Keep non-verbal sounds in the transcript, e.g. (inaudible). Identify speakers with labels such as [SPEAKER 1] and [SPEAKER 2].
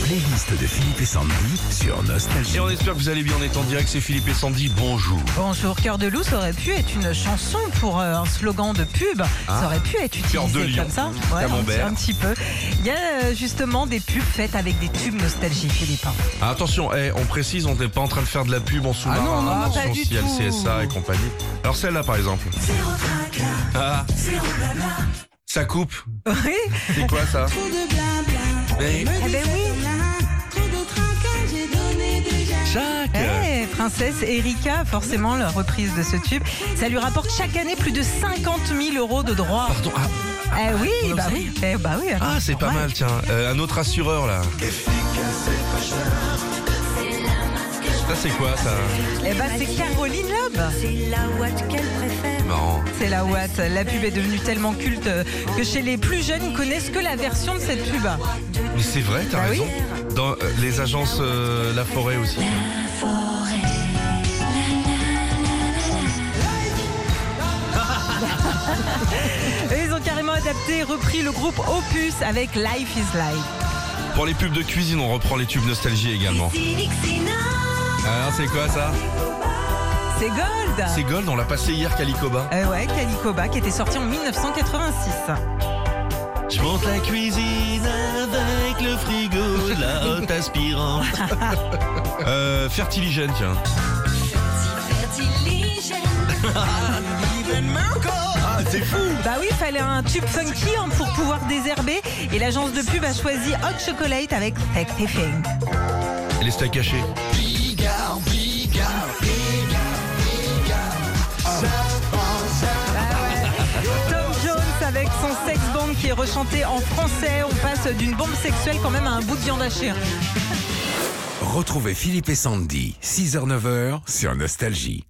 [SPEAKER 1] playlist de Philippe et Sandy sur Nostalgie.
[SPEAKER 2] Et on espère que vous allez bien, on est en direct, c'est Philippe et Sandy, bonjour.
[SPEAKER 3] Bonjour, Cœur de Loup, ça aurait pu être une chanson pour euh, un slogan de pub. ça aurait pu être utilisé
[SPEAKER 2] Ah, Cœur de lion. hein,
[SPEAKER 3] comme ça. un petit-
[SPEAKER 2] Camembert.
[SPEAKER 3] un, petit peu. Il y a euh, justement des pubs faites avec des tubes
[SPEAKER 2] (laughs)
[SPEAKER 3] nostalgie, Philippe.
[SPEAKER 2] Ah, attention, eh, on précise, on n'est pas en train de faire de la pub en sous-marin,
[SPEAKER 3] Ah non, non,
[SPEAKER 2] hein,
[SPEAKER 3] non,
[SPEAKER 2] attention,
[SPEAKER 3] pas du
[SPEAKER 2] si y a le
[SPEAKER 3] tout.
[SPEAKER 2] CSA et compagnie. Alors celle-là par exemple. Ah, ça coupe,
[SPEAKER 3] Oui,
[SPEAKER 2] c'est quoi ça
[SPEAKER 4] Trop de blabla.
[SPEAKER 2] Mais-
[SPEAKER 3] eh ben oui.
[SPEAKER 4] Trop de tracas, j'ai donné déjà.
[SPEAKER 2] Jacques
[SPEAKER 3] Eh, princesse Erika, forcément la reprise de ce tube. Ça lui rapporte chaque année plus de 50 000 euros de droits.
[SPEAKER 2] Pardon, ah,
[SPEAKER 3] Eh oui,
[SPEAKER 2] vous
[SPEAKER 3] bah
[SPEAKER 2] l'avez
[SPEAKER 3] oui, eh bah oui.
[SPEAKER 2] ah, c'est pas
[SPEAKER 3] normal.
[SPEAKER 2] mal, tiens. Euh, un autre assureur là. Ça c'est quoi ça
[SPEAKER 3] Eh bah c'est Caroline Loeb.
[SPEAKER 5] C'est la ouate qu'elle préfère.
[SPEAKER 2] Marrant.
[SPEAKER 3] C'est la Watt. La pub est devenue tellement culte euh, que chez les plus jeunes, ils connaissent que la version de cette pub.
[SPEAKER 2] Mais c'est vrai, t'as
[SPEAKER 3] Bah oui.
[SPEAKER 2] raison. Dans euh, les agences euh, La Forêt aussi.
[SPEAKER 3] Et ils ont carrément adapté et repris le groupe Opus avec Life is Life.
[SPEAKER 2] Pour les pubs de cuisine, on reprend les tubes nostalgie également. Alors c'est quoi ça
[SPEAKER 3] C'est Gold
[SPEAKER 2] C'est Gold, on l'a passé hier Calicoba.
[SPEAKER 3] Euh, Ouais, Calicoba qui était sorti en 1986.
[SPEAKER 2] Je monte la cuisine avec le frigo, (laughs) la haute aspirante. euh, fertiligène, tiens. Ah, c'est fou
[SPEAKER 3] Bah oui, fallait un tube funky hein, pour pouvoir désherber. Et l'agence de pub a choisi Hot Chocolate avec Take Tiffin.
[SPEAKER 2] Les steaks cachés.
[SPEAKER 3] Tom Jones avec son sex bomb qui est rechanté en français. On passe d'une bombe sexuelle quand même à un bout de viande hachée. hein.
[SPEAKER 1] Retrouvez Philippe et Sandy, 6h-9h sur Nostalgie.